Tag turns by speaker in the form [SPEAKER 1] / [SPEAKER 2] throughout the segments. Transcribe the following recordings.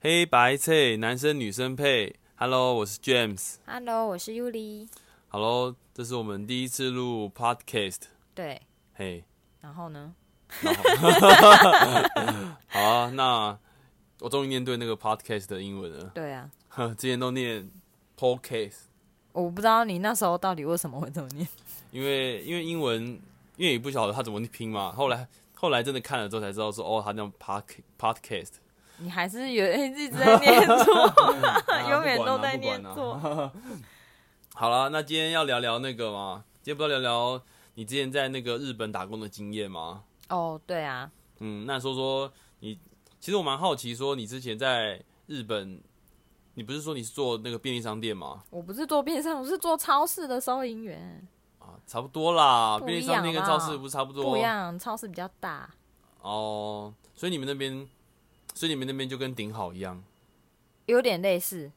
[SPEAKER 1] 黑白配，男生女生配。Hello，我是 James。
[SPEAKER 2] Hello，我是 Yuli。
[SPEAKER 1] Hello，这是我们第一次录 Podcast。
[SPEAKER 2] 对，
[SPEAKER 1] 嘿、
[SPEAKER 2] 然后呢？
[SPEAKER 1] 然后好啊，那我终于念对那个 Podcast 的英文了。
[SPEAKER 2] 对啊，
[SPEAKER 1] 呵之前都念 Podcast，
[SPEAKER 2] 我不知道你那时候到底为什么会这么念。
[SPEAKER 1] 因为因为英文，因为也不晓得它怎么拼嘛。后来后来真的看了之后才知道说，哦，它叫 Pod Podcast。
[SPEAKER 2] 你还是有一直在 念错，永远
[SPEAKER 1] 不管
[SPEAKER 2] 都
[SPEAKER 1] 啦不
[SPEAKER 2] 在
[SPEAKER 1] 管
[SPEAKER 2] 念
[SPEAKER 1] 啦
[SPEAKER 2] 错。
[SPEAKER 1] 好啦，那今天要聊聊那个嘛，今天不要聊聊你之前在那个日本打工的经验吗？
[SPEAKER 2] 哦，对啊，
[SPEAKER 1] 嗯，那说说你，其实我蛮好奇，说你之前在日本，你不是说你是做那个便利商店吗？
[SPEAKER 2] 我不是做电商，我是做超市的收银员，
[SPEAKER 1] 啊，差不多啦，
[SPEAKER 2] 不
[SPEAKER 1] 便
[SPEAKER 2] 一样
[SPEAKER 1] 利商店跟超市不是差不多
[SPEAKER 2] 不一样，超市比较大。
[SPEAKER 1] 哦，所以你们那边，所以你们那边就跟顶好一样，
[SPEAKER 2] 有点类似，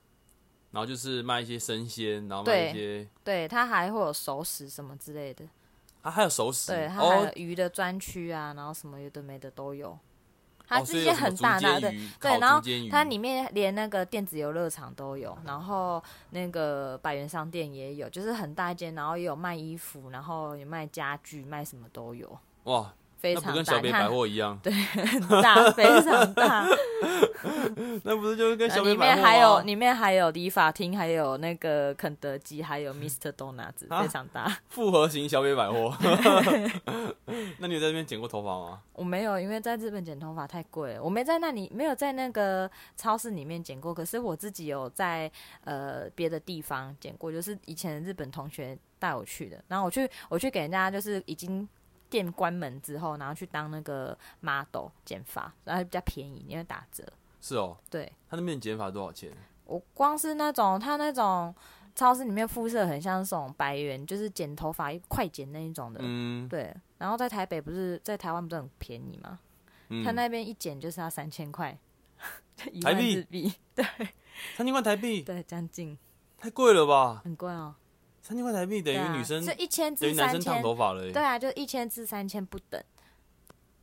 [SPEAKER 1] 然后就是卖一些生鲜，然后卖一
[SPEAKER 2] 对
[SPEAKER 1] 些，
[SPEAKER 2] 对，它还会有熟食什么之类的，
[SPEAKER 1] 它、还有熟食，
[SPEAKER 2] 对，它还
[SPEAKER 1] 哦
[SPEAKER 2] 有，鱼的专区啊，然后什么有的没的都有，它
[SPEAKER 1] 哦，
[SPEAKER 2] 这
[SPEAKER 1] 所以
[SPEAKER 2] 些
[SPEAKER 1] 有什么
[SPEAKER 2] 很大
[SPEAKER 1] 竹
[SPEAKER 2] 大
[SPEAKER 1] 煎
[SPEAKER 2] 的，
[SPEAKER 1] 鱼
[SPEAKER 2] 对
[SPEAKER 1] 烤
[SPEAKER 2] 然后
[SPEAKER 1] 竹煎鱼
[SPEAKER 2] 它里面连那个电子游乐场都有，
[SPEAKER 1] 嗯
[SPEAKER 2] 然后那个百元商店也有，就是很大间，然后也有卖衣服，然后也卖家具，卖什么都有，
[SPEAKER 1] 哇，
[SPEAKER 2] 非
[SPEAKER 1] 那不
[SPEAKER 2] 常
[SPEAKER 1] 跟
[SPEAKER 2] 大，
[SPEAKER 1] 小北百
[SPEAKER 2] 它
[SPEAKER 1] 货一 样，
[SPEAKER 2] 很大， 非常大。
[SPEAKER 1] 那不是就是跟 小
[SPEAKER 2] 里
[SPEAKER 1] 北百
[SPEAKER 2] 面
[SPEAKER 1] 货
[SPEAKER 2] 还有
[SPEAKER 1] 吗
[SPEAKER 2] 里面还有理发厅，还有那个肯德基，还有 Mr. Donuts，
[SPEAKER 1] 啊
[SPEAKER 2] 非常大。
[SPEAKER 1] 复合型小北百 货。 那你有在那边剪过头发吗？
[SPEAKER 2] 我没有，因为在日本剪头发太贵了，我没在那里没有在那个超市里面剪过，可是我自己有在呃别的地方剪过，就是以前日本同学带我去的，然后我去我去给人家就是已经。店关门之后，然后去当那个 model 剪发，然后比较便宜，因为打折。
[SPEAKER 1] 是哦，
[SPEAKER 2] 对
[SPEAKER 1] 他那边剪发多少钱？
[SPEAKER 2] 我光是那种他那种超市里面肤色很像这种白人，就是剪头发快剪那一种的。
[SPEAKER 1] 嗯，
[SPEAKER 2] 对，然后在台北不是在台湾不是很便宜吗？
[SPEAKER 1] 嗯
[SPEAKER 2] 他那边一减就是要三千块，就一
[SPEAKER 1] 台
[SPEAKER 2] 万
[SPEAKER 1] 币
[SPEAKER 2] 日币，
[SPEAKER 1] 三千块台币
[SPEAKER 2] 对，将近
[SPEAKER 1] 太贵了吧？
[SPEAKER 2] 很贵哦。
[SPEAKER 1] 三千块台币等
[SPEAKER 2] 对
[SPEAKER 1] 于女
[SPEAKER 2] 啊、
[SPEAKER 1] 生
[SPEAKER 2] 是一千
[SPEAKER 1] 等于
[SPEAKER 2] 至
[SPEAKER 1] 男
[SPEAKER 2] 三
[SPEAKER 1] 生烫
[SPEAKER 2] 千，
[SPEAKER 1] 头发了耶。
[SPEAKER 2] 对啊，就一千至三千不等。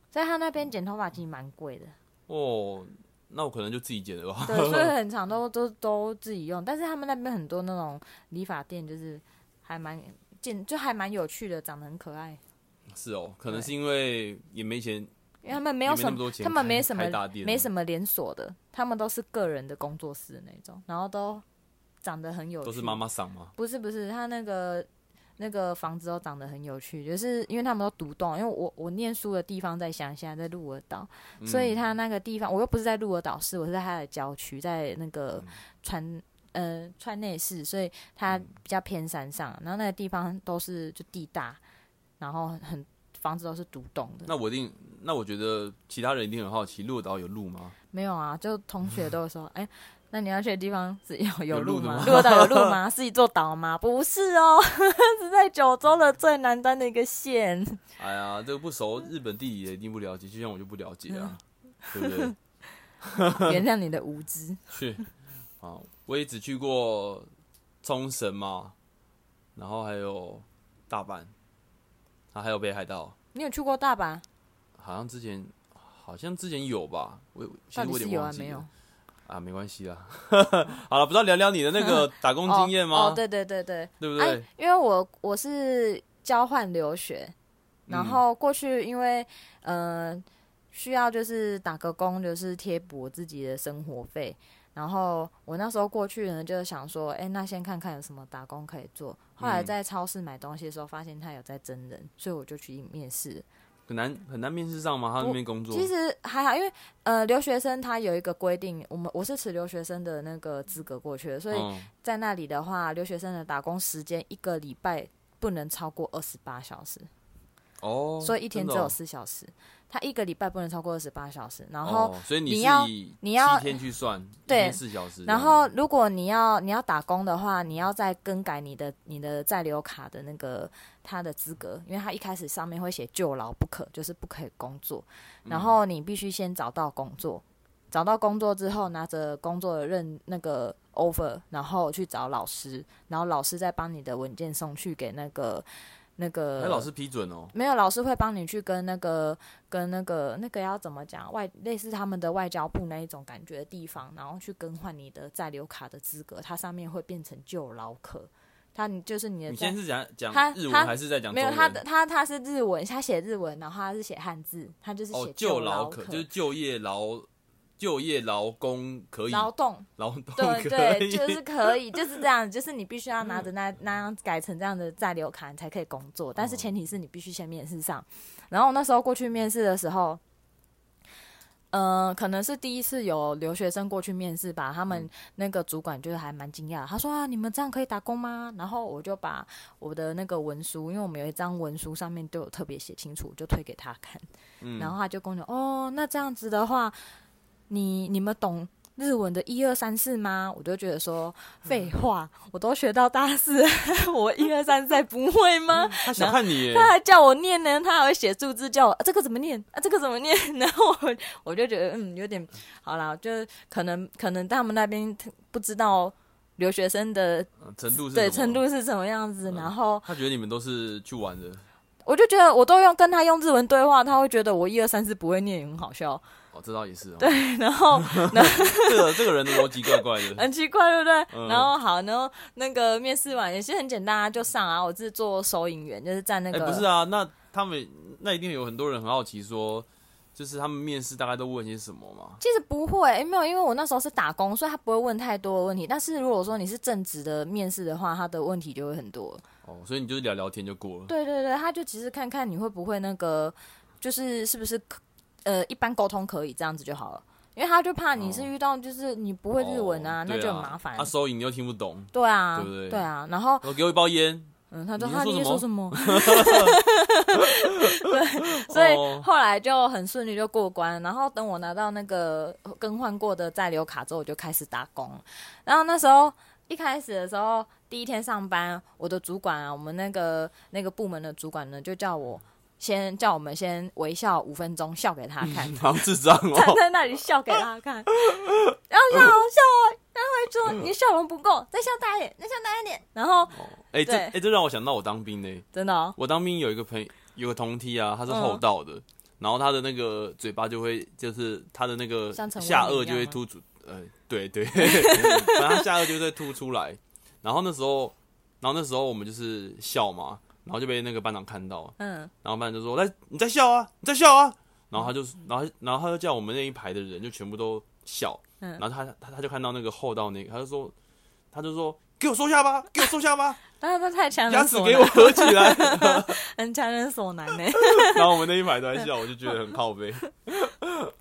[SPEAKER 2] 在他那边剪头发其实蛮贵的，
[SPEAKER 1] 哦，那我可能就自己剪了吧。
[SPEAKER 2] 对，所以很长都都都自己用。但是他们那边很多那种理发店，就是还蛮剪，就还蛮有趣的，长得很可爱。
[SPEAKER 1] 是哦，可能
[SPEAKER 2] 对
[SPEAKER 1] 是因为也没钱，
[SPEAKER 2] 因为他们没
[SPEAKER 1] 没
[SPEAKER 2] 有
[SPEAKER 1] 那
[SPEAKER 2] 什
[SPEAKER 1] 么
[SPEAKER 2] 么，
[SPEAKER 1] 多钱开，
[SPEAKER 2] 他们没什么
[SPEAKER 1] 开大店，
[SPEAKER 2] 没什
[SPEAKER 1] 么，
[SPEAKER 2] 么连锁的，他们都是个人的工作室那种，然后都长得很有趣，
[SPEAKER 1] 都是妈妈桑嘛。
[SPEAKER 2] 不是不是，他那个那个房子都长得很有趣，就是因为他们都独栋，因为我我念书的地方在乡下，在鹿儿岛，
[SPEAKER 1] 嗯
[SPEAKER 2] 所以他那个地方我又不是在鹿儿岛市，我是在他的郊区，在那个川呃川内市，所以它比较偏山上，然后那个地方都是就地大，然后很房子都是独栋的，
[SPEAKER 1] 那我一定，那我觉得其他人一定很好奇，鹿岛有鹿吗？
[SPEAKER 2] 没有啊，就同学都会说，哎、那你要去的地方是有有路
[SPEAKER 1] 嗯路的吗
[SPEAKER 2] 吗？鹿儿岛有路吗？ 是一座岛吗？不是哦， 是在九州的最南端的一 个县。
[SPEAKER 1] 哎呀，这个不熟日本地理的一定不了解，就像我就不了解啊，
[SPEAKER 2] 嗯
[SPEAKER 1] 对不对？
[SPEAKER 2] 原谅你的无知。
[SPEAKER 1] 去啊，我也只去过冲绳嘛，然后还有大阪，啊，还有北海道，
[SPEAKER 2] 你有去过大阪？
[SPEAKER 1] 好像之前好像之前有吧，我其
[SPEAKER 2] 到
[SPEAKER 1] 实我
[SPEAKER 2] 底是
[SPEAKER 1] 点
[SPEAKER 2] 有
[SPEAKER 1] 忘
[SPEAKER 2] 啊
[SPEAKER 1] 记
[SPEAKER 2] 没有
[SPEAKER 1] 了？啊，没关系啦。 好了，不知道聊聊你的那 个打工经验吗？
[SPEAKER 2] 哦？哦，对对对对，
[SPEAKER 1] 对不
[SPEAKER 2] 哎、
[SPEAKER 1] 对？
[SPEAKER 2] 因为我我是交换留学，
[SPEAKER 1] 嗯
[SPEAKER 2] 然后过去因为呃需要就是打个工，就是贴补自己的生活费。然后我那时候过去呢，就是想说，哎，那先看看有什么打工可以做。后来
[SPEAKER 1] 嗯
[SPEAKER 2] 在超市买东西的时候，发现他有在真人，所以我就去面试。
[SPEAKER 1] 很难很难面试上吗？他那边工作
[SPEAKER 2] 其实还好，因为呃，留学生他有一个规定，我们我是持留学生的那个资格过去的，所以
[SPEAKER 1] 嗯
[SPEAKER 2] 在那里的话，留学生的打工时间一个礼拜不能超过二十八小时，
[SPEAKER 1] 哦，
[SPEAKER 2] 所以一天只
[SPEAKER 1] 真的
[SPEAKER 2] 有
[SPEAKER 1] 哦
[SPEAKER 2] 四小时。他一个礼拜不能超过二十八小时，然后。
[SPEAKER 1] 哦，所以你
[SPEAKER 2] 你
[SPEAKER 1] 是
[SPEAKER 2] 要
[SPEAKER 1] 以
[SPEAKER 2] 你要
[SPEAKER 1] 七天去算，一
[SPEAKER 2] 对
[SPEAKER 1] 天四小时这样
[SPEAKER 2] 然
[SPEAKER 1] 子，
[SPEAKER 2] 后，如果你要你要打工的话，你要再更改你的你的在留卡的那个他的资格，因为他一开始上面会写就劳不可，就是不可以工作。
[SPEAKER 1] 嗯
[SPEAKER 2] 然后你必须先找到工作，找到工作之后拿着工作的认那个 offer，然后去找老师，然后老师再帮你的文件送去给那个那个
[SPEAKER 1] 哎，老师批准哦，
[SPEAKER 2] 没有，老师会帮你去跟那个、跟那个、那个要怎么讲外，类似他们的外交部那一种感觉的地方，然后去更换你的在留卡的资格，它上面会变成旧劳可，它你就是你的
[SPEAKER 1] 你
[SPEAKER 2] 在
[SPEAKER 1] 先是讲
[SPEAKER 2] 他
[SPEAKER 1] 讲日
[SPEAKER 2] 他
[SPEAKER 1] 文还是在讲
[SPEAKER 2] 没
[SPEAKER 1] 中文？
[SPEAKER 2] 有他的他他是日文，他写日文，然后他是写汉字，他就是
[SPEAKER 1] 哦
[SPEAKER 2] 写，
[SPEAKER 1] 就
[SPEAKER 2] 劳
[SPEAKER 1] 劳可就是就业劳就业劳工可以
[SPEAKER 2] 劳动，
[SPEAKER 1] 劳动
[SPEAKER 2] 对
[SPEAKER 1] 可
[SPEAKER 2] 对，
[SPEAKER 1] 以，嗯
[SPEAKER 2] 就是可以，就是这样，就是你必须要拿着那那样改成这样的在留卡，你才可以工作。但是
[SPEAKER 1] 哦
[SPEAKER 2] 前提是你必须先面试上。然后那时候过去面试的时候，嗯，可能是第一次有留学生过去面试吧，他
[SPEAKER 1] 嗯
[SPEAKER 2] 们那个主管就是还蛮惊讶的，他说啊，你们这样可以打工吗？然后我就把我的那个文书，因为我们有一张文书上面都有特别写清楚，我就推给他看，
[SPEAKER 1] 嗯
[SPEAKER 2] 然后他就跟我讲，哦，那这样子的话，你你们懂。日文的一二三四吗？我就觉得说废话，我都学到大四， 我一二三四还不会吗？
[SPEAKER 1] 他想嗯看你耶，
[SPEAKER 2] 他还叫我念呢，他还会写数字叫我、啊、这个怎么念啊，这个怎么念， 然后我我就觉得嗯有点好啦，就是可能可能他们那边不知道留学生的
[SPEAKER 1] 嗯程度是
[SPEAKER 2] 对
[SPEAKER 1] 什么
[SPEAKER 2] 程度是什么样子，
[SPEAKER 1] 嗯
[SPEAKER 2] 然后
[SPEAKER 1] 他觉得你们都是去玩的，
[SPEAKER 2] 我就觉得我都用跟他用日文对话，他会觉得我一二三四不会念，也很好笑，
[SPEAKER 1] 哦，这倒也是哦。对，
[SPEAKER 2] 然后
[SPEAKER 1] 这个这个人的逻辑怪 怪的。
[SPEAKER 2] 很奇怪，对不对？
[SPEAKER 1] 嗯
[SPEAKER 2] 然后好，然后那个面试完也是很简单啊，就上啊，我是做收银员，就是站那
[SPEAKER 1] 哎、
[SPEAKER 2] 个、
[SPEAKER 1] 不是啊，那他们那一定有很多人很好奇说，就是他们面试大概都问些什么嘛？
[SPEAKER 2] 其实不会、诶没有，因为我那时候是打工，所以他不会问太多的问题。但是如果说你是正职的面试的话，他的问题就会很多。
[SPEAKER 1] 哦，所以你就是聊聊天就过了。
[SPEAKER 2] 对对对，他就其实看看你会不会那个，就是是不是可呃一般沟通可以这样子就好了，因为他就怕你是遇到就是你不会日文啊，
[SPEAKER 1] 哦
[SPEAKER 2] 那
[SPEAKER 1] 对
[SPEAKER 2] 就很麻烦。
[SPEAKER 1] 啊，收银你又听不懂，
[SPEAKER 2] 对啊，
[SPEAKER 1] 对不对
[SPEAKER 2] 啊，然后
[SPEAKER 1] 我给我一包烟。
[SPEAKER 2] 嗯，他说
[SPEAKER 1] 你
[SPEAKER 2] 他
[SPEAKER 1] 在说
[SPEAKER 2] 你在说
[SPEAKER 1] 什
[SPEAKER 2] 什么？对， 所以
[SPEAKER 1] 哦
[SPEAKER 2] 后来就很顺利就过关。然后等我拿到那个更换过的在留卡之后，我就开始打工。然后那时候一开始的时候，第一天上班，我的主管啊，我们那个那个部门的主管呢，就叫我先叫我们先微笑五分钟，笑给他看。
[SPEAKER 1] 好智障
[SPEAKER 2] 站
[SPEAKER 1] 哦！
[SPEAKER 2] 在那里笑给大家 看，然后笑笑我，他会说你笑容不够，再笑大一点，再笑大一点。然后
[SPEAKER 1] 哎、这
[SPEAKER 2] 对
[SPEAKER 1] 哎、这让我想到我当兵呢、
[SPEAKER 2] 真的、哦，
[SPEAKER 1] 我当兵有一个朋有个同梯啊，他是厚道
[SPEAKER 2] 嗯
[SPEAKER 1] 的，然后他的那个嘴巴就会，就是他的那个
[SPEAKER 2] 像陈伟霆
[SPEAKER 1] 下颚就
[SPEAKER 2] 一样
[SPEAKER 1] 会
[SPEAKER 2] 吗
[SPEAKER 1] 突出，呃，对对， 然后他下颚就会凸出来。然后那时候，然后那时候我们就是笑嘛，然后就被那个班长看到，
[SPEAKER 2] 嗯。
[SPEAKER 1] 然后班长就说：“来，你在笑啊，你在笑啊。”然后他就，然后然后他就叫我们那一排的人就全部都笑，
[SPEAKER 2] 嗯
[SPEAKER 1] 然后他他他就看到那个厚道那个，他就说，他就说：“给我收下吧，给我收下吧，
[SPEAKER 2] 但 是他太强
[SPEAKER 1] 牙
[SPEAKER 2] 人
[SPEAKER 1] 齿
[SPEAKER 2] 所
[SPEAKER 1] 给我
[SPEAKER 2] 难，
[SPEAKER 1] 合起来。”
[SPEAKER 2] 很强人所难欸呢、
[SPEAKER 1] 然后我们那一排都在笑，我就觉得很靠背。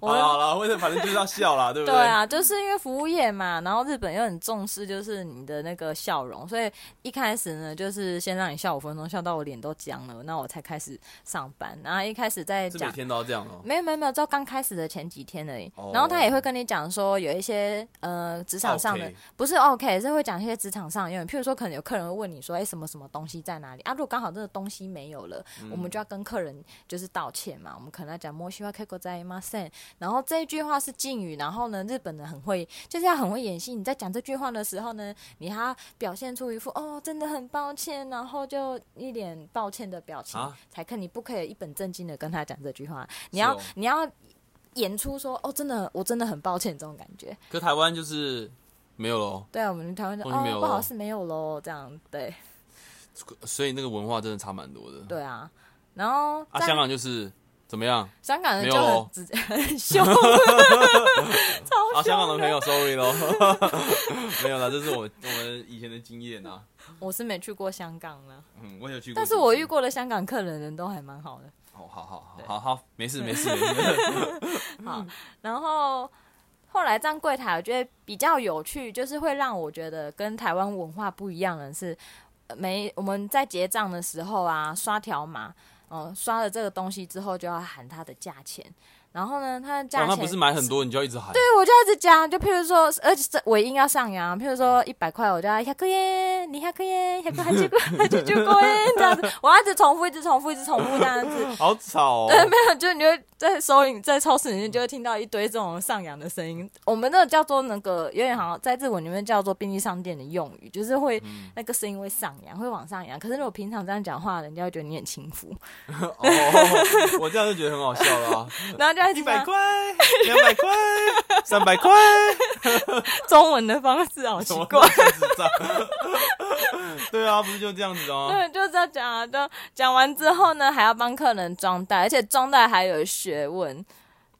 [SPEAKER 2] 我
[SPEAKER 1] 好啦好啦，为什么反正就是要笑 啦，对不
[SPEAKER 2] 对啊，就是因为服务业嘛，然后日本又很重视就是你的那个笑容，所以一开始呢，就是先让你笑五分钟，笑到我脸都僵了，那我才开始上班。然后一开始在
[SPEAKER 1] 是每
[SPEAKER 2] 讲，
[SPEAKER 1] 天都要这样哦、
[SPEAKER 2] 没有没有没有，就刚开始的前几天而已。
[SPEAKER 1] 哦
[SPEAKER 2] 然后他也会跟你讲说，有一些呃职场上的
[SPEAKER 1] OK
[SPEAKER 2] 不是 OK，是会讲一些职场上的用语，譬如说可能有客人会问你说，哎、什么什么东西在哪里啊？如果刚好这个东西没有了，我
[SPEAKER 1] 嗯
[SPEAKER 2] 们就要跟客人就是道歉嘛，我们可能要讲莫西瓦 K 国在吗？sen，然后这一句话是敬语，然后呢，日本人很会，就是要很会演戏。你在讲这句话的时候呢，你还要表现出一副哦，真的很抱歉，然后就一脸抱歉的表情，
[SPEAKER 1] 啊
[SPEAKER 2] 才可以你不可以一本正经的跟他讲这句话，你要、
[SPEAKER 1] 是哦
[SPEAKER 2] 你要演出说哦，真的我真的很抱歉这种感觉。
[SPEAKER 1] 可台湾就是没有咯，
[SPEAKER 2] 对啊，我们台湾就
[SPEAKER 1] 东西没有
[SPEAKER 2] 哦，不好
[SPEAKER 1] 咯嗯
[SPEAKER 2] 意思，没有喽，这样对
[SPEAKER 1] 所以那个文化真的差蛮多的。
[SPEAKER 2] 对啊。然后
[SPEAKER 1] 啊，
[SPEAKER 2] 在
[SPEAKER 1] 香港就是怎么样？
[SPEAKER 2] 香港人
[SPEAKER 1] 没
[SPEAKER 2] 就
[SPEAKER 1] 有
[SPEAKER 2] 很
[SPEAKER 1] 咯
[SPEAKER 2] 直接 很凶， 超哦
[SPEAKER 1] 啊，香港的朋
[SPEAKER 2] 凶的。
[SPEAKER 1] 友，sorry 咯， 没有啦，这是我我们以前的经验啊。
[SPEAKER 2] 我是没去过香港了，
[SPEAKER 1] 嗯，我有去过
[SPEAKER 2] 但
[SPEAKER 1] 几次，
[SPEAKER 2] 是我遇过的香港客人人都还蛮好的。
[SPEAKER 1] 哦。好好好好好，没事没 事没事。
[SPEAKER 2] 好，然后后来站柜台，我觉得比较有趣，就是会让我觉得跟台湾文化不一样的是，呃没我们在结账的时候啊，刷条码，哦、刷了这个东西之后就要喊它的价钱，然后呢，它的价
[SPEAKER 1] 哇，
[SPEAKER 2] 钱、
[SPEAKER 1] 哦那不是买很多你就要一直喊，
[SPEAKER 2] 对，我就一直讲，就譬如说，而且这尾音要上扬，譬如说一百块，我就要100円、200円、180円、185円这样子，我要一直重复，一直重复，一直重复这样子。
[SPEAKER 1] 好吵 哦。
[SPEAKER 2] 就你会在收银在超市里面就会听到一堆这种上扬的声音。我们那个叫做那个有点好像在日文里面叫做便利商店的用语，就是会、
[SPEAKER 1] 嗯
[SPEAKER 2] 那个声音会上扬，会往上扬。可是如果平常这样讲话，人家会觉得你很轻浮，
[SPEAKER 1] 哦， 我这样就觉得很好笑了啊。
[SPEAKER 2] 然后就
[SPEAKER 1] 一
[SPEAKER 2] 一
[SPEAKER 1] 百块，两百 块，三百块，
[SPEAKER 2] 中文的方式好奇
[SPEAKER 1] 什么
[SPEAKER 2] 怪。
[SPEAKER 1] 乱七八糟？ 对啊，不是就这样子 哦。
[SPEAKER 2] 对，就是要讲啊，就讲完之后呢，还要帮客人装袋，而且装袋还有学问，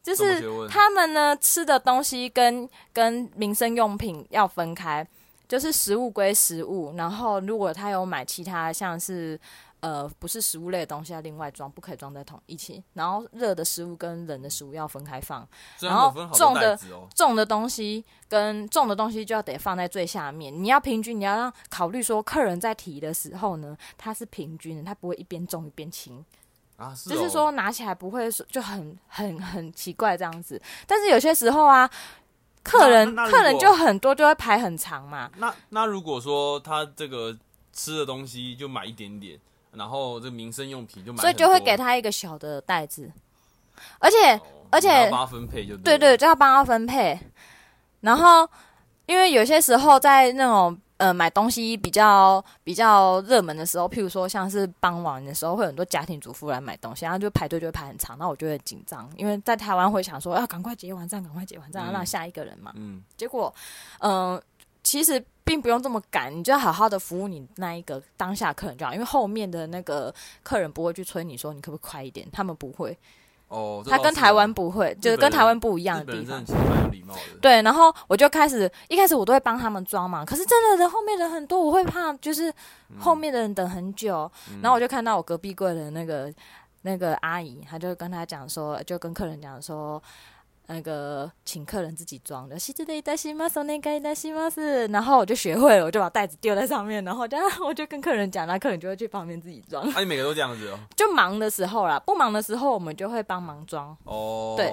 [SPEAKER 2] 就
[SPEAKER 1] 什么学
[SPEAKER 2] 是
[SPEAKER 1] 问
[SPEAKER 2] 他们呢吃的东西跟跟民生用品要分开，就是食物归食物，然后如果他有买其他像是。呃，不是食物类的东西要另外装，不可以装在同一起。然后热的食物跟冷的食物要分开放，
[SPEAKER 1] 虽然有分好多袋子哦，
[SPEAKER 2] 重的东西跟重的东西就要得放在最下面。你要平均，你要让考虑说客人在提的时候呢，他是平均的，他不会一边重一边轻，
[SPEAKER 1] 啊，是哦
[SPEAKER 2] 就是说拿起来不会说就很很很奇怪这样子。但是有些时候啊，客人
[SPEAKER 1] 那那如果
[SPEAKER 2] 客人就很多，就会排很长嘛。
[SPEAKER 1] 那那如果说他这个吃的东西就买一点点，然后这个民生用品就买很多，啊
[SPEAKER 2] 所以就会给他一个小的袋子，而且
[SPEAKER 1] 哦，
[SPEAKER 2] 而且
[SPEAKER 1] 然后帮他分配就
[SPEAKER 2] 对
[SPEAKER 1] 对
[SPEAKER 2] 对，
[SPEAKER 1] 了，
[SPEAKER 2] 就要帮他分配。然后，因为有些时候在那种呃买东西比较比较热门的时候，譬如说像是傍晚的时候，会有很多家庭主妇来买东西，然后就排队就会排很长，那我就会紧张，因为在台湾会想说要赶快结完账，赶快结完账，
[SPEAKER 1] 嗯
[SPEAKER 2] 让下一个人嘛。
[SPEAKER 1] 嗯，
[SPEAKER 2] 结果，嗯、其实并不用这么赶，你就好好的服务你那一个当下客人就好，因为后面的那个客人不会去催你说你可不可以快一点，他们不会，
[SPEAKER 1] 哦，这
[SPEAKER 2] 他
[SPEAKER 1] 倒
[SPEAKER 2] 跟
[SPEAKER 1] 是
[SPEAKER 2] 台
[SPEAKER 1] 哦
[SPEAKER 2] 湾不会，就是
[SPEAKER 1] 日本
[SPEAKER 2] 跟台湾
[SPEAKER 1] 人
[SPEAKER 2] 不一样
[SPEAKER 1] 日
[SPEAKER 2] 的
[SPEAKER 1] 本
[SPEAKER 2] 地
[SPEAKER 1] 人真的。其
[SPEAKER 2] 方
[SPEAKER 1] 实蛮有礼貌的，
[SPEAKER 2] 对，然后我就开始一开始我都会帮他们装嘛，可是真的人后面人很多，我会怕就是后面的人等很久，然后我就看到我隔壁柜的那个那个阿姨，她就跟她讲说，就跟客人讲说。那个请客人自己装的，西这类西吗？手内盖担西吗？是，然后我就学会了，我就把袋子丢在上面，然后我就、啊、 我就跟客人讲，那客人就会去旁边自己装。
[SPEAKER 1] 啊，你每个都这样子哦，
[SPEAKER 2] 就忙的时候啦，不忙的时候我们就会帮忙装，
[SPEAKER 1] 哦，
[SPEAKER 2] 对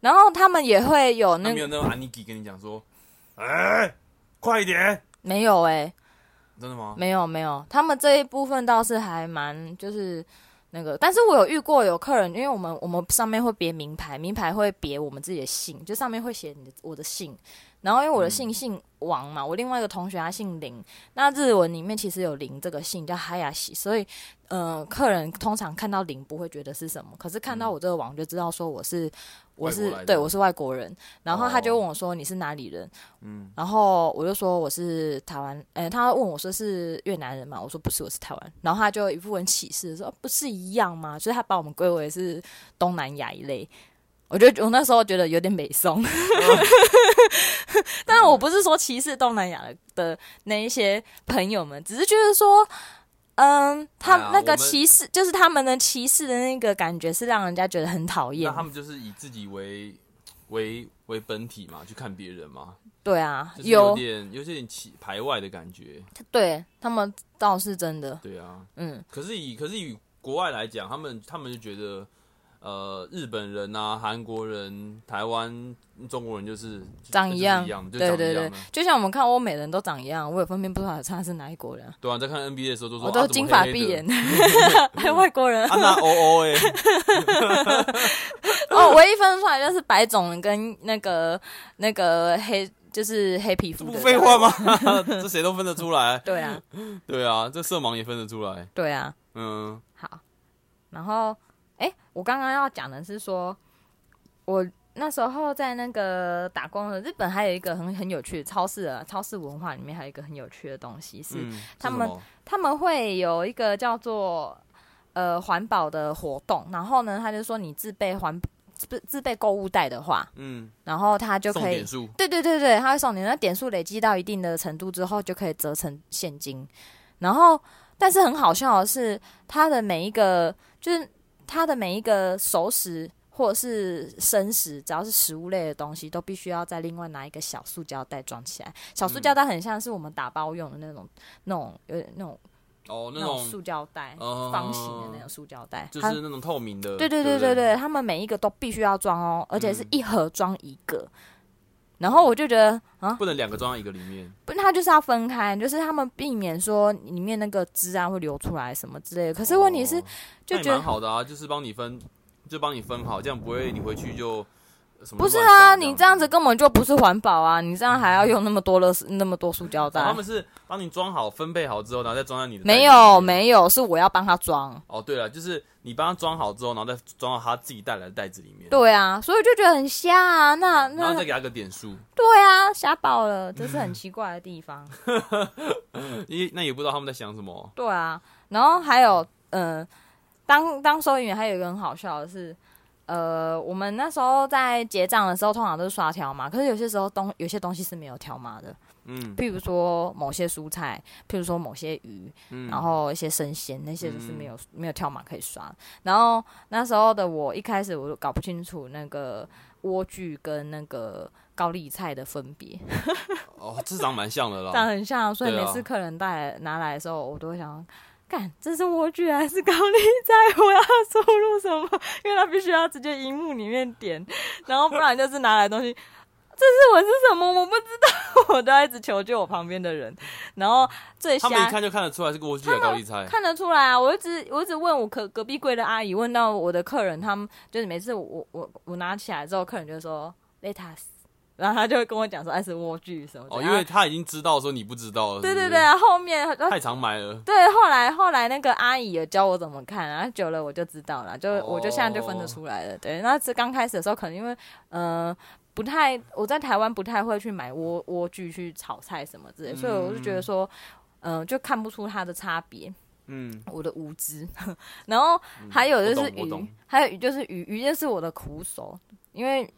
[SPEAKER 2] 然后他们也会有
[SPEAKER 1] 那
[SPEAKER 2] 那
[SPEAKER 1] 没有那种安妮给跟你讲说，哎，快一点，
[SPEAKER 2] 没有哎、
[SPEAKER 1] 真的吗？
[SPEAKER 2] 没有没有，他们这一部分倒是还蛮就是那个，但是我有遇过有客人，因为我们我们上面会别名牌，名牌会别我们自己的姓，就上面会写你的我的姓，然后因为我的姓姓王嘛，我另外一个同学他姓林，那日文里面其实有林这个姓叫哈亚西，所以呃，客人通常看到林不会觉得是什么，可是看到我这个王就知道说我是。我
[SPEAKER 1] 外
[SPEAKER 2] 是
[SPEAKER 1] 国来的
[SPEAKER 2] 对，我是外国人，然后他就
[SPEAKER 1] 哦
[SPEAKER 2] 问我说：“你是哪里人？”
[SPEAKER 1] 嗯，
[SPEAKER 2] 然后我就说我是台湾，呃，他问我说是越南人嘛，我说不是，我是台湾。然后他就一副很歧视地说、哦不是一样吗？就是他把我们归为是东南亚一类。我就我那时候觉得有点美松， 但我不是说歧视东南亚的那一些朋友们，只是觉得说，嗯，他
[SPEAKER 1] 哎呀
[SPEAKER 2] 那个
[SPEAKER 1] 我们
[SPEAKER 2] 歧视、就是他们的歧视的那个感觉是让人家觉得很讨厌
[SPEAKER 1] 那。他们就是以自己为为为本体嘛，去看别人嘛，
[SPEAKER 2] 对啊，
[SPEAKER 1] 就是有
[SPEAKER 2] 有
[SPEAKER 1] 点有点奇排外的感觉，
[SPEAKER 2] 对他们倒是真的，
[SPEAKER 1] 对啊。
[SPEAKER 2] 嗯。
[SPEAKER 1] 可是以可是以国外来讲，他们他们就觉得，呃，日本人啊、韩国人、台湾、中国人就是
[SPEAKER 2] 长
[SPEAKER 1] 就
[SPEAKER 2] 一
[SPEAKER 1] 是
[SPEAKER 2] 样
[SPEAKER 1] 一样，啊就
[SPEAKER 2] 对
[SPEAKER 1] 长
[SPEAKER 2] 对
[SPEAKER 1] 一样
[SPEAKER 2] 对
[SPEAKER 1] 的。，
[SPEAKER 2] 就像我们看欧美人都长一样，我也分辨不出来他是哪一国人，
[SPEAKER 1] 对啊，在看 NBA 的时候都说
[SPEAKER 2] 我都金发 碧眼，还有外国人
[SPEAKER 1] 啊， 那哦哦哎，
[SPEAKER 2] 哦，唯一分出来就是白种人跟那个那个黑就是黑皮
[SPEAKER 1] 这
[SPEAKER 2] 肤
[SPEAKER 1] 不
[SPEAKER 2] 的，
[SPEAKER 1] 废话吗？ 这谁都分得出来。
[SPEAKER 2] 对啊，
[SPEAKER 1] 对啊，这色盲也分得出来。
[SPEAKER 2] 对啊，
[SPEAKER 1] 嗯，
[SPEAKER 2] 好，然后哎、诶我刚刚要讲的是说，我那时候在那个打工的日本，还有一个很很有趣的超市啊，超市文化里面还有一个很有趣的东西是，
[SPEAKER 1] 嗯是
[SPEAKER 2] 他
[SPEAKER 1] 什
[SPEAKER 2] 们
[SPEAKER 1] 么
[SPEAKER 2] 他们会有一个叫做呃环保的活动，然后呢，他就说你自备环自自备购物袋的话，
[SPEAKER 1] 嗯
[SPEAKER 2] 然后他就
[SPEAKER 1] 送
[SPEAKER 2] 可以
[SPEAKER 1] 点。数
[SPEAKER 2] 对对对对，他会送你，那点数累积到一定的程度之后，就可以折成现金。然后，但是很好笑的是，他的每一个就是他的每一个熟食或者是生食，只要是食物类的东西，都必须要再另外拿一个小
[SPEAKER 1] 嗯
[SPEAKER 2] 塑胶袋装起来。小塑胶袋很像是我们打包用的那种、那种有点那种
[SPEAKER 1] 哦，
[SPEAKER 2] 那种
[SPEAKER 1] 种
[SPEAKER 2] 塑胶袋，
[SPEAKER 1] 哦
[SPEAKER 2] 方形的那种塑胶袋，
[SPEAKER 1] 就
[SPEAKER 2] 它
[SPEAKER 1] 是那种透明的，
[SPEAKER 2] 对对
[SPEAKER 1] 对不
[SPEAKER 2] 对对
[SPEAKER 1] 对
[SPEAKER 2] 对，他们每一个都必须要装哦，而且是
[SPEAKER 1] 嗯
[SPEAKER 2] 一盒装一个。然后我就觉得啊，
[SPEAKER 1] 不能两个装在一个里面。
[SPEAKER 2] 不，它就是要分开，就是他们避免说里面那个汁啊会流出来什么之类的。可是问题是，
[SPEAKER 1] 哦那
[SPEAKER 2] 就
[SPEAKER 1] 也
[SPEAKER 2] 觉得
[SPEAKER 1] 蛮好的啊，就是帮你分，就帮你分好，这样不会你回去就呃什么
[SPEAKER 2] 不
[SPEAKER 1] 都
[SPEAKER 2] 是
[SPEAKER 1] 乱搞
[SPEAKER 2] 啊，你这样子根本就不是环保啊！你这样还要用那么多乐那么多塑胶
[SPEAKER 1] 哦他
[SPEAKER 2] 袋
[SPEAKER 1] 们，是帮你装好、分配好之后，然后再装在你的袋子
[SPEAKER 2] 啊没
[SPEAKER 1] 里
[SPEAKER 2] 有
[SPEAKER 1] 面。
[SPEAKER 2] 没有，是我要帮他装。
[SPEAKER 1] 哦，对了，就是你帮他装好之后，然后再装到他自己带来的袋子里面，
[SPEAKER 2] 对啊，所以我就觉得很瞎啊。那
[SPEAKER 1] 然后
[SPEAKER 2] 那
[SPEAKER 1] 再给他个点数。
[SPEAKER 2] 对啊，瞎爆了，这是很奇怪的地方。
[SPEAKER 1] 因那也不知道他们在想什么。
[SPEAKER 2] 对啊，然后还有，呃，当当收银员还有一个很好笑的是，呃，我们那时候在结账的时候，通常都是刷条码，可是有些时候东有些东西是没有条码的，
[SPEAKER 1] 嗯
[SPEAKER 2] 譬如说某些蔬菜，譬如说某些鱼，
[SPEAKER 1] 嗯，
[SPEAKER 2] 然后一些生鲜那些就是没有、没有条码可以刷。然后那时候的我一开始我都搞不清楚那个莴苣跟那个高丽菜的分别，
[SPEAKER 1] 哦，这长蛮像的啦。
[SPEAKER 2] 长得很像，所以
[SPEAKER 1] 对
[SPEAKER 2] 每
[SPEAKER 1] 啊
[SPEAKER 2] 次客人带来拿来的时候，我都会想，干，这是莴苣还是高丽菜？我要输入什么？因为它必须要直接荧幕里面点，然后不然就是拿来的东西。 这是我是什么？我不知道，我都要一直求救我旁边的人。然后最
[SPEAKER 1] 他们一
[SPEAKER 2] 瞎
[SPEAKER 1] 看就看得出来是莴苣的高丽菜。
[SPEAKER 2] 啊看得出来啊！我一直我一直问我隔隔壁柜的阿姨，问到我的客人，他们就是每次我我我我拿起来之后，客人就说 lettuce，然后他就会跟我讲说哎是莴苣什么的。啊
[SPEAKER 1] 哦，因为他已经知道说你不知道了。
[SPEAKER 2] 对
[SPEAKER 1] 是不
[SPEAKER 2] 对
[SPEAKER 1] 是
[SPEAKER 2] 对，，啊后面然后
[SPEAKER 1] 太常买了。
[SPEAKER 2] 对，后来后来那个阿姨也教我怎么看，然后久了我就知道了，就、我就现在就分
[SPEAKER 1] 哦
[SPEAKER 2] 得出来了。对，那是刚开始的时候，可能因为呃不太我在台湾不太会去买莴莴苣去炒菜什么之类，所以我就觉得说，嗯、就看不出它的差别。
[SPEAKER 1] 嗯，
[SPEAKER 2] 我的无知， 然后还有就是
[SPEAKER 1] 我懂我
[SPEAKER 2] 鱼，
[SPEAKER 1] 懂
[SPEAKER 2] 还有鱼就是鱼，鱼就是我的苦手，因为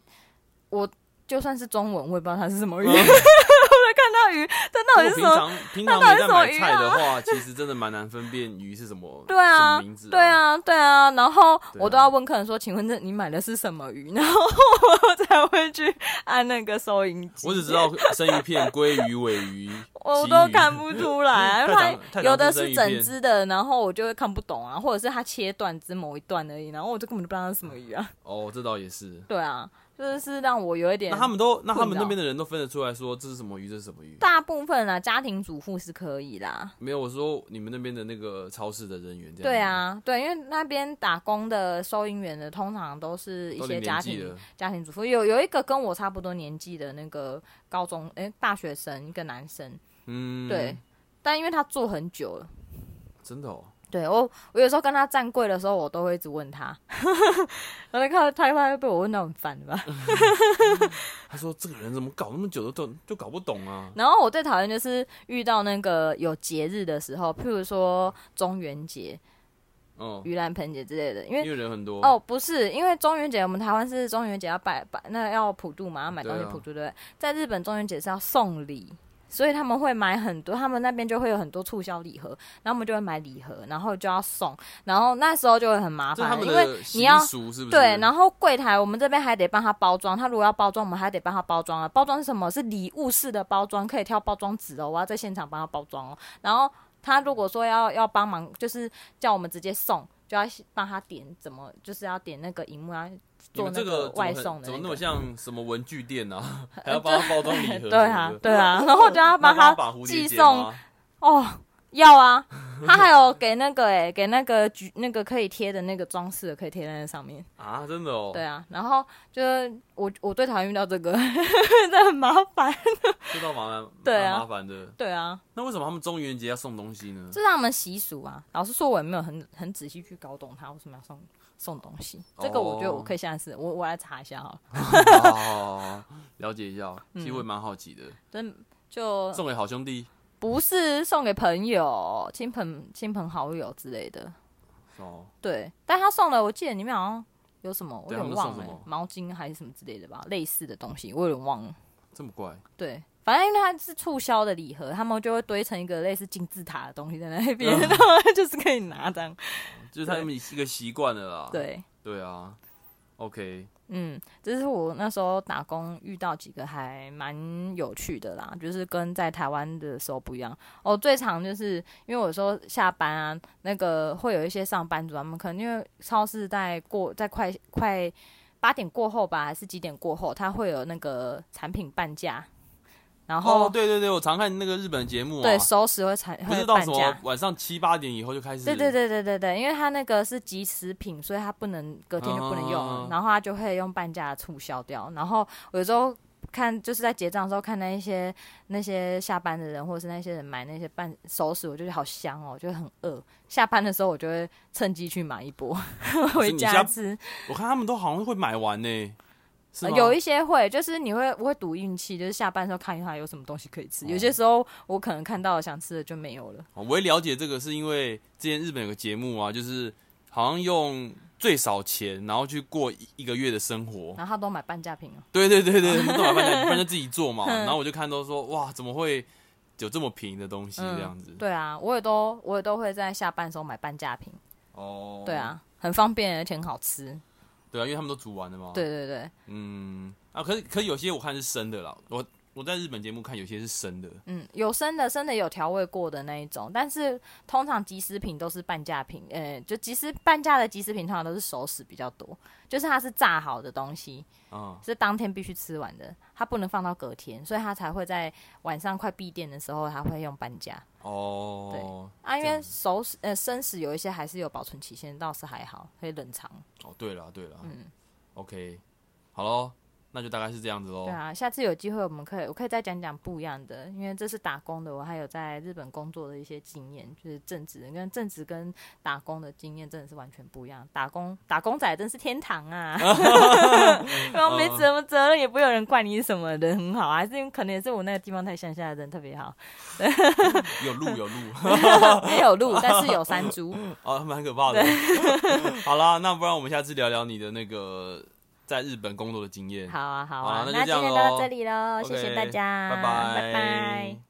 [SPEAKER 2] 我就算是中文，我也不知道它是什么鱼。
[SPEAKER 1] 嗯
[SPEAKER 2] 我在 看到鱼，它到底
[SPEAKER 1] 如
[SPEAKER 2] 是
[SPEAKER 1] 果
[SPEAKER 2] 什
[SPEAKER 1] 平
[SPEAKER 2] 么
[SPEAKER 1] 常平常
[SPEAKER 2] 到底
[SPEAKER 1] 没在
[SPEAKER 2] 是什么
[SPEAKER 1] 买
[SPEAKER 2] 鱼
[SPEAKER 1] 菜的话，其实真的蛮难分辨鱼是什么
[SPEAKER 2] 对啊
[SPEAKER 1] 什么名字。
[SPEAKER 2] 对，啊，对啊，然后
[SPEAKER 1] 对啊
[SPEAKER 2] 我都要问客人说：“请问这你买的是什么鱼？”然 后我才会去按那个收银机。
[SPEAKER 1] 我只知道生鱼片、鲑鱼、尾鱼、
[SPEAKER 2] 我
[SPEAKER 1] 旗
[SPEAKER 2] 都
[SPEAKER 1] 鱼
[SPEAKER 2] 看不出来，因
[SPEAKER 1] 太
[SPEAKER 2] 为
[SPEAKER 1] 长
[SPEAKER 2] 它
[SPEAKER 1] 太长
[SPEAKER 2] 有的
[SPEAKER 1] 只剩
[SPEAKER 2] 是
[SPEAKER 1] 一
[SPEAKER 2] 整
[SPEAKER 1] 片
[SPEAKER 2] 只的，然后我就会看不懂啊，或者是它切断只某一段而已，然后我就根本就不知道它是什么鱼啊。
[SPEAKER 1] 哦，这倒也是。
[SPEAKER 2] 对啊，就是是让我有一点
[SPEAKER 1] 那。他们都，那他
[SPEAKER 2] 困
[SPEAKER 1] 们
[SPEAKER 2] 扰
[SPEAKER 1] 那边的人都分得出来说这是什么鱼，这是什么鱼？
[SPEAKER 2] 大部分啊，家庭主妇是可以啦。
[SPEAKER 1] 没有，我说你们那边的那个超市的人员这样。
[SPEAKER 2] 对，啊，对，因为那边打工的收银员的，通常都是一
[SPEAKER 1] 都
[SPEAKER 2] 些
[SPEAKER 1] 领
[SPEAKER 2] 家
[SPEAKER 1] 年纪
[SPEAKER 2] 庭
[SPEAKER 1] 了，
[SPEAKER 2] 家庭主妇，有有一个跟我差不多年纪的那个高中诶、大学生，一个男生，
[SPEAKER 1] 嗯，
[SPEAKER 2] 对，，但因为他做很久了，
[SPEAKER 1] 真的哦，
[SPEAKER 2] 对我我有时候跟他站柜的时候，我都会一直问他， 我就看到他他会被我问到很烦吧。
[SPEAKER 1] 他说这个人怎么搞那么久都都就搞不懂啊，
[SPEAKER 2] 然后我最讨厌就是遇到那个有节日的时候，譬如说中元节、
[SPEAKER 1] 嗯，
[SPEAKER 2] 盂兰盆节之类的，因为
[SPEAKER 1] 因为人很多，
[SPEAKER 2] 哦，不是，因为中元节我们台湾是中元节要拜拜，那要普渡嘛，要买东西
[SPEAKER 1] 对啊
[SPEAKER 2] 普渡对不对？在日本中元节是要送礼，所以他们会买很多，他们那边就会有很多促销礼盒，然后我们就会买礼盒，然后就要送，然后那时候就会很麻
[SPEAKER 1] 这是他
[SPEAKER 2] 烦，
[SPEAKER 1] 们
[SPEAKER 2] 因为
[SPEAKER 1] 的
[SPEAKER 2] 你
[SPEAKER 1] 习
[SPEAKER 2] 要。
[SPEAKER 1] 俗是不是？
[SPEAKER 2] 对，然后柜台我们这边还得帮他包装，他如果要包装，我们还得帮他包装啊。包装是什么？是礼物式的包装，可以挑包装纸哦。我要在现场帮他包装哦。然后他如果说要要帮忙，就是叫我们直接送，就要帮他点怎么，就是要点那个荧幕啊，
[SPEAKER 1] 你
[SPEAKER 2] 做
[SPEAKER 1] 们
[SPEAKER 2] 那
[SPEAKER 1] 这个
[SPEAKER 2] 外送的
[SPEAKER 1] 怎么很怎么
[SPEAKER 2] 那
[SPEAKER 1] 那
[SPEAKER 2] 个
[SPEAKER 1] 么。像什么文具店 啊？还要帮他包装礼盒？
[SPEAKER 2] 对啊，，对啊，然后就要帮他
[SPEAKER 1] 把蝴蝶
[SPEAKER 2] 寄
[SPEAKER 1] 结
[SPEAKER 2] 送
[SPEAKER 1] 吗
[SPEAKER 2] 哦，要啊，他还有给那个诶、给那个橘那个可以贴的那个装饰的，可以贴在那上面。
[SPEAKER 1] 啊，真的哦，
[SPEAKER 2] 对，啊，然后就是我我最讨厌遇到这个， 这很麻烦。
[SPEAKER 1] 这倒蛮蛮
[SPEAKER 2] 对啊
[SPEAKER 1] 蛮麻烦的。
[SPEAKER 2] 对啊，
[SPEAKER 1] 那为什么他们中元节要送东西呢？
[SPEAKER 2] 这是他们习俗啊。老实说，我也没有很很仔细去搞懂他为什么要送送东西。这个我觉得我可以下次我我来查一下哈。
[SPEAKER 1] 哦，了解一下哦，
[SPEAKER 2] 嗯
[SPEAKER 1] 其实我也蛮好奇的，
[SPEAKER 2] 真就
[SPEAKER 1] 送给好兄弟
[SPEAKER 2] 不是送给朋友、亲朋亲朋好友之类的。
[SPEAKER 1] 哦，
[SPEAKER 2] 对，但他送了，我记得里面好像有什么，我
[SPEAKER 1] 对
[SPEAKER 2] 有
[SPEAKER 1] 他们
[SPEAKER 2] 点忘
[SPEAKER 1] 送什
[SPEAKER 2] 了欸
[SPEAKER 1] 么，
[SPEAKER 2] 毛巾还是什么之类的吧，类似的东西，我有点忘了。
[SPEAKER 1] 这么怪。
[SPEAKER 2] 对，反正因为它是促销的礼盒，他们就会堆成一个类似金字塔的东西在那
[SPEAKER 1] 嗯
[SPEAKER 2] 边， 然后就是可以拿这样。
[SPEAKER 1] 就是他们一个习惯了啦。
[SPEAKER 2] 对，
[SPEAKER 1] 对啊， OK，
[SPEAKER 2] 嗯，这是我那时候打工遇到几个还蛮有趣的啦，就是跟在台湾的时候不一样。哦，最常就是因为我说下班啊，那个会有一些上班族，他们可能因为超市在过在快快八点过后吧，还是几点过后，它会有那个产品半价，然后、
[SPEAKER 1] 哦，对对对，我常看那个日本节目、啊，
[SPEAKER 2] 对熟食会产
[SPEAKER 1] 不
[SPEAKER 2] 会
[SPEAKER 1] 是到
[SPEAKER 2] 半
[SPEAKER 1] 什
[SPEAKER 2] 价
[SPEAKER 1] 么。晚上七八点以后就开始，
[SPEAKER 2] 对对对对对对，因为它那个是即食品，所以它不能隔天就不能用，
[SPEAKER 1] 嗯
[SPEAKER 2] 然后它就会用半价促销掉。然后我有时候看就是在结账的时候看那一些那些下班的人，或者是那些人买那些半熟食，我就觉得好香哦，就很饿。下班的时候我就会趁机去买一波 回
[SPEAKER 1] 你
[SPEAKER 2] 家
[SPEAKER 1] 下
[SPEAKER 2] 吃。
[SPEAKER 1] 我看他们都好像会买完呢、是
[SPEAKER 2] 呃
[SPEAKER 1] 吗？
[SPEAKER 2] 有一些会，就是你会我会赌运气，就是下班的时候看一下有什么东西可以吃。有些时候我可能看到想吃的就没有了。
[SPEAKER 1] 哦我会了解这个是因为之前日本有个节目啊，就是好像用最少钱，然后去过一一个月的生活。
[SPEAKER 2] 然后他都买半价品哦，
[SPEAKER 1] 对对对对，那都买饭店，不然就自己做 嘛。然后我就看到说，哇，怎么会有这么平的东西这样子？
[SPEAKER 2] 对啊，我也都我也都会在下班的时候买半价品。
[SPEAKER 1] 哦，
[SPEAKER 2] 对，啊，很方便，而且很好吃。
[SPEAKER 1] 对啊，因为他们都煮完了嘛。
[SPEAKER 2] 对，对对，
[SPEAKER 1] 嗯，啊，可是可是有些我看是生的啦，我我在日本节目看有些是生的，
[SPEAKER 2] 嗯，有生的，生的有调味过的那一种，但是通常即食品都是半价品，呃，就即食半价的即食品通常都是熟食比较多，就是它是炸好的东西，
[SPEAKER 1] 啊、
[SPEAKER 2] 是当天必须吃完的，它不能放到隔天，所以它才会在晚上快闭店的时候，它会用半价。
[SPEAKER 1] 哦，
[SPEAKER 2] 啊，因
[SPEAKER 1] 这
[SPEAKER 2] 为
[SPEAKER 1] 样
[SPEAKER 2] 熟食呃生食有一些还是有保存期限，倒是还好，可以冷藏。
[SPEAKER 1] 哦，对了对了，嗯，OK，好喽，那就大概是这样子喽
[SPEAKER 2] 对。啊，下次有机会我们可以，我可以再讲讲不一样的，因为这是打工的，我还有在日本工作的一些经验，就是正职跟正职跟打工的经验真的是完全不一样。打工打工仔真是天 堂啊，然后没什么责任，也不会有人怪你什么的，很好啊。还是因为可能也是我那个地方太乡下的人特别好，
[SPEAKER 1] 有路有路，哦
[SPEAKER 2] 没有 路，但是有山猪。
[SPEAKER 1] 啊，蛮可怕的。 好啦，那不然我们下次聊聊你的那个在日本工作的经验。
[SPEAKER 2] 好啊，好
[SPEAKER 1] 好
[SPEAKER 2] 啊
[SPEAKER 1] 啊，那就
[SPEAKER 2] 那
[SPEAKER 1] 这
[SPEAKER 2] 今
[SPEAKER 1] 样
[SPEAKER 2] 天就到
[SPEAKER 1] 咯
[SPEAKER 2] 这里喽，谢谢大
[SPEAKER 1] OK，
[SPEAKER 2] 家，
[SPEAKER 1] 拜拜，
[SPEAKER 2] 拜拜。